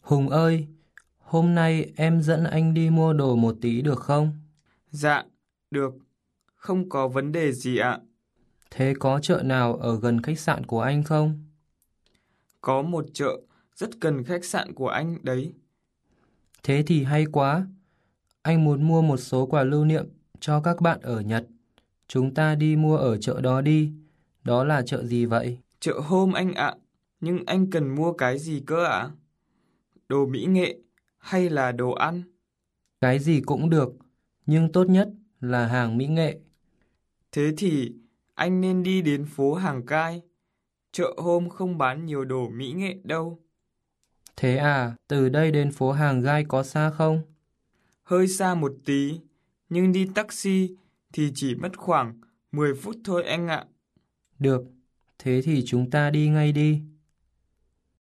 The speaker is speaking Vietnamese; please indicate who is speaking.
Speaker 1: Hùng ơi, hôm nay em dẫn anh đi mua đồ một tí được không?
Speaker 2: Dạ, được. Không có vấn đề gì ạ.
Speaker 1: Thế có chợ nào ở gần khách sạn của anh không?
Speaker 2: Có một chợ rất gần khách sạn của anh đấy.
Speaker 1: Thế thì hay quá. Anh muốn mua một số quà lưu niệm cho các bạn ở Nhật. Chúng ta đi mua ở chợ đó đi. Đó là chợ gì vậy?
Speaker 2: Chợ hôm anh ạ. Nhưng anh cần mua cái gì cơ ạ? Đồ mỹ nghệ hay là đồ ăn?
Speaker 1: Cái gì cũng được, nhưng tốt nhất là hàng mỹ nghệ.
Speaker 2: Thế thì anh nên đi đến phố Hàng Cai. Chợ hôm không bán nhiều đồ mỹ nghệ đâu.
Speaker 1: Thế à, từ đây đến phố hàng gai có xa không?
Speaker 2: Hơi xa một tí, nhưng đi taxi thì chỉ mất khoảng 10 phút thôi anh ạ.
Speaker 1: Được, thế thì chúng ta đi ngay đi.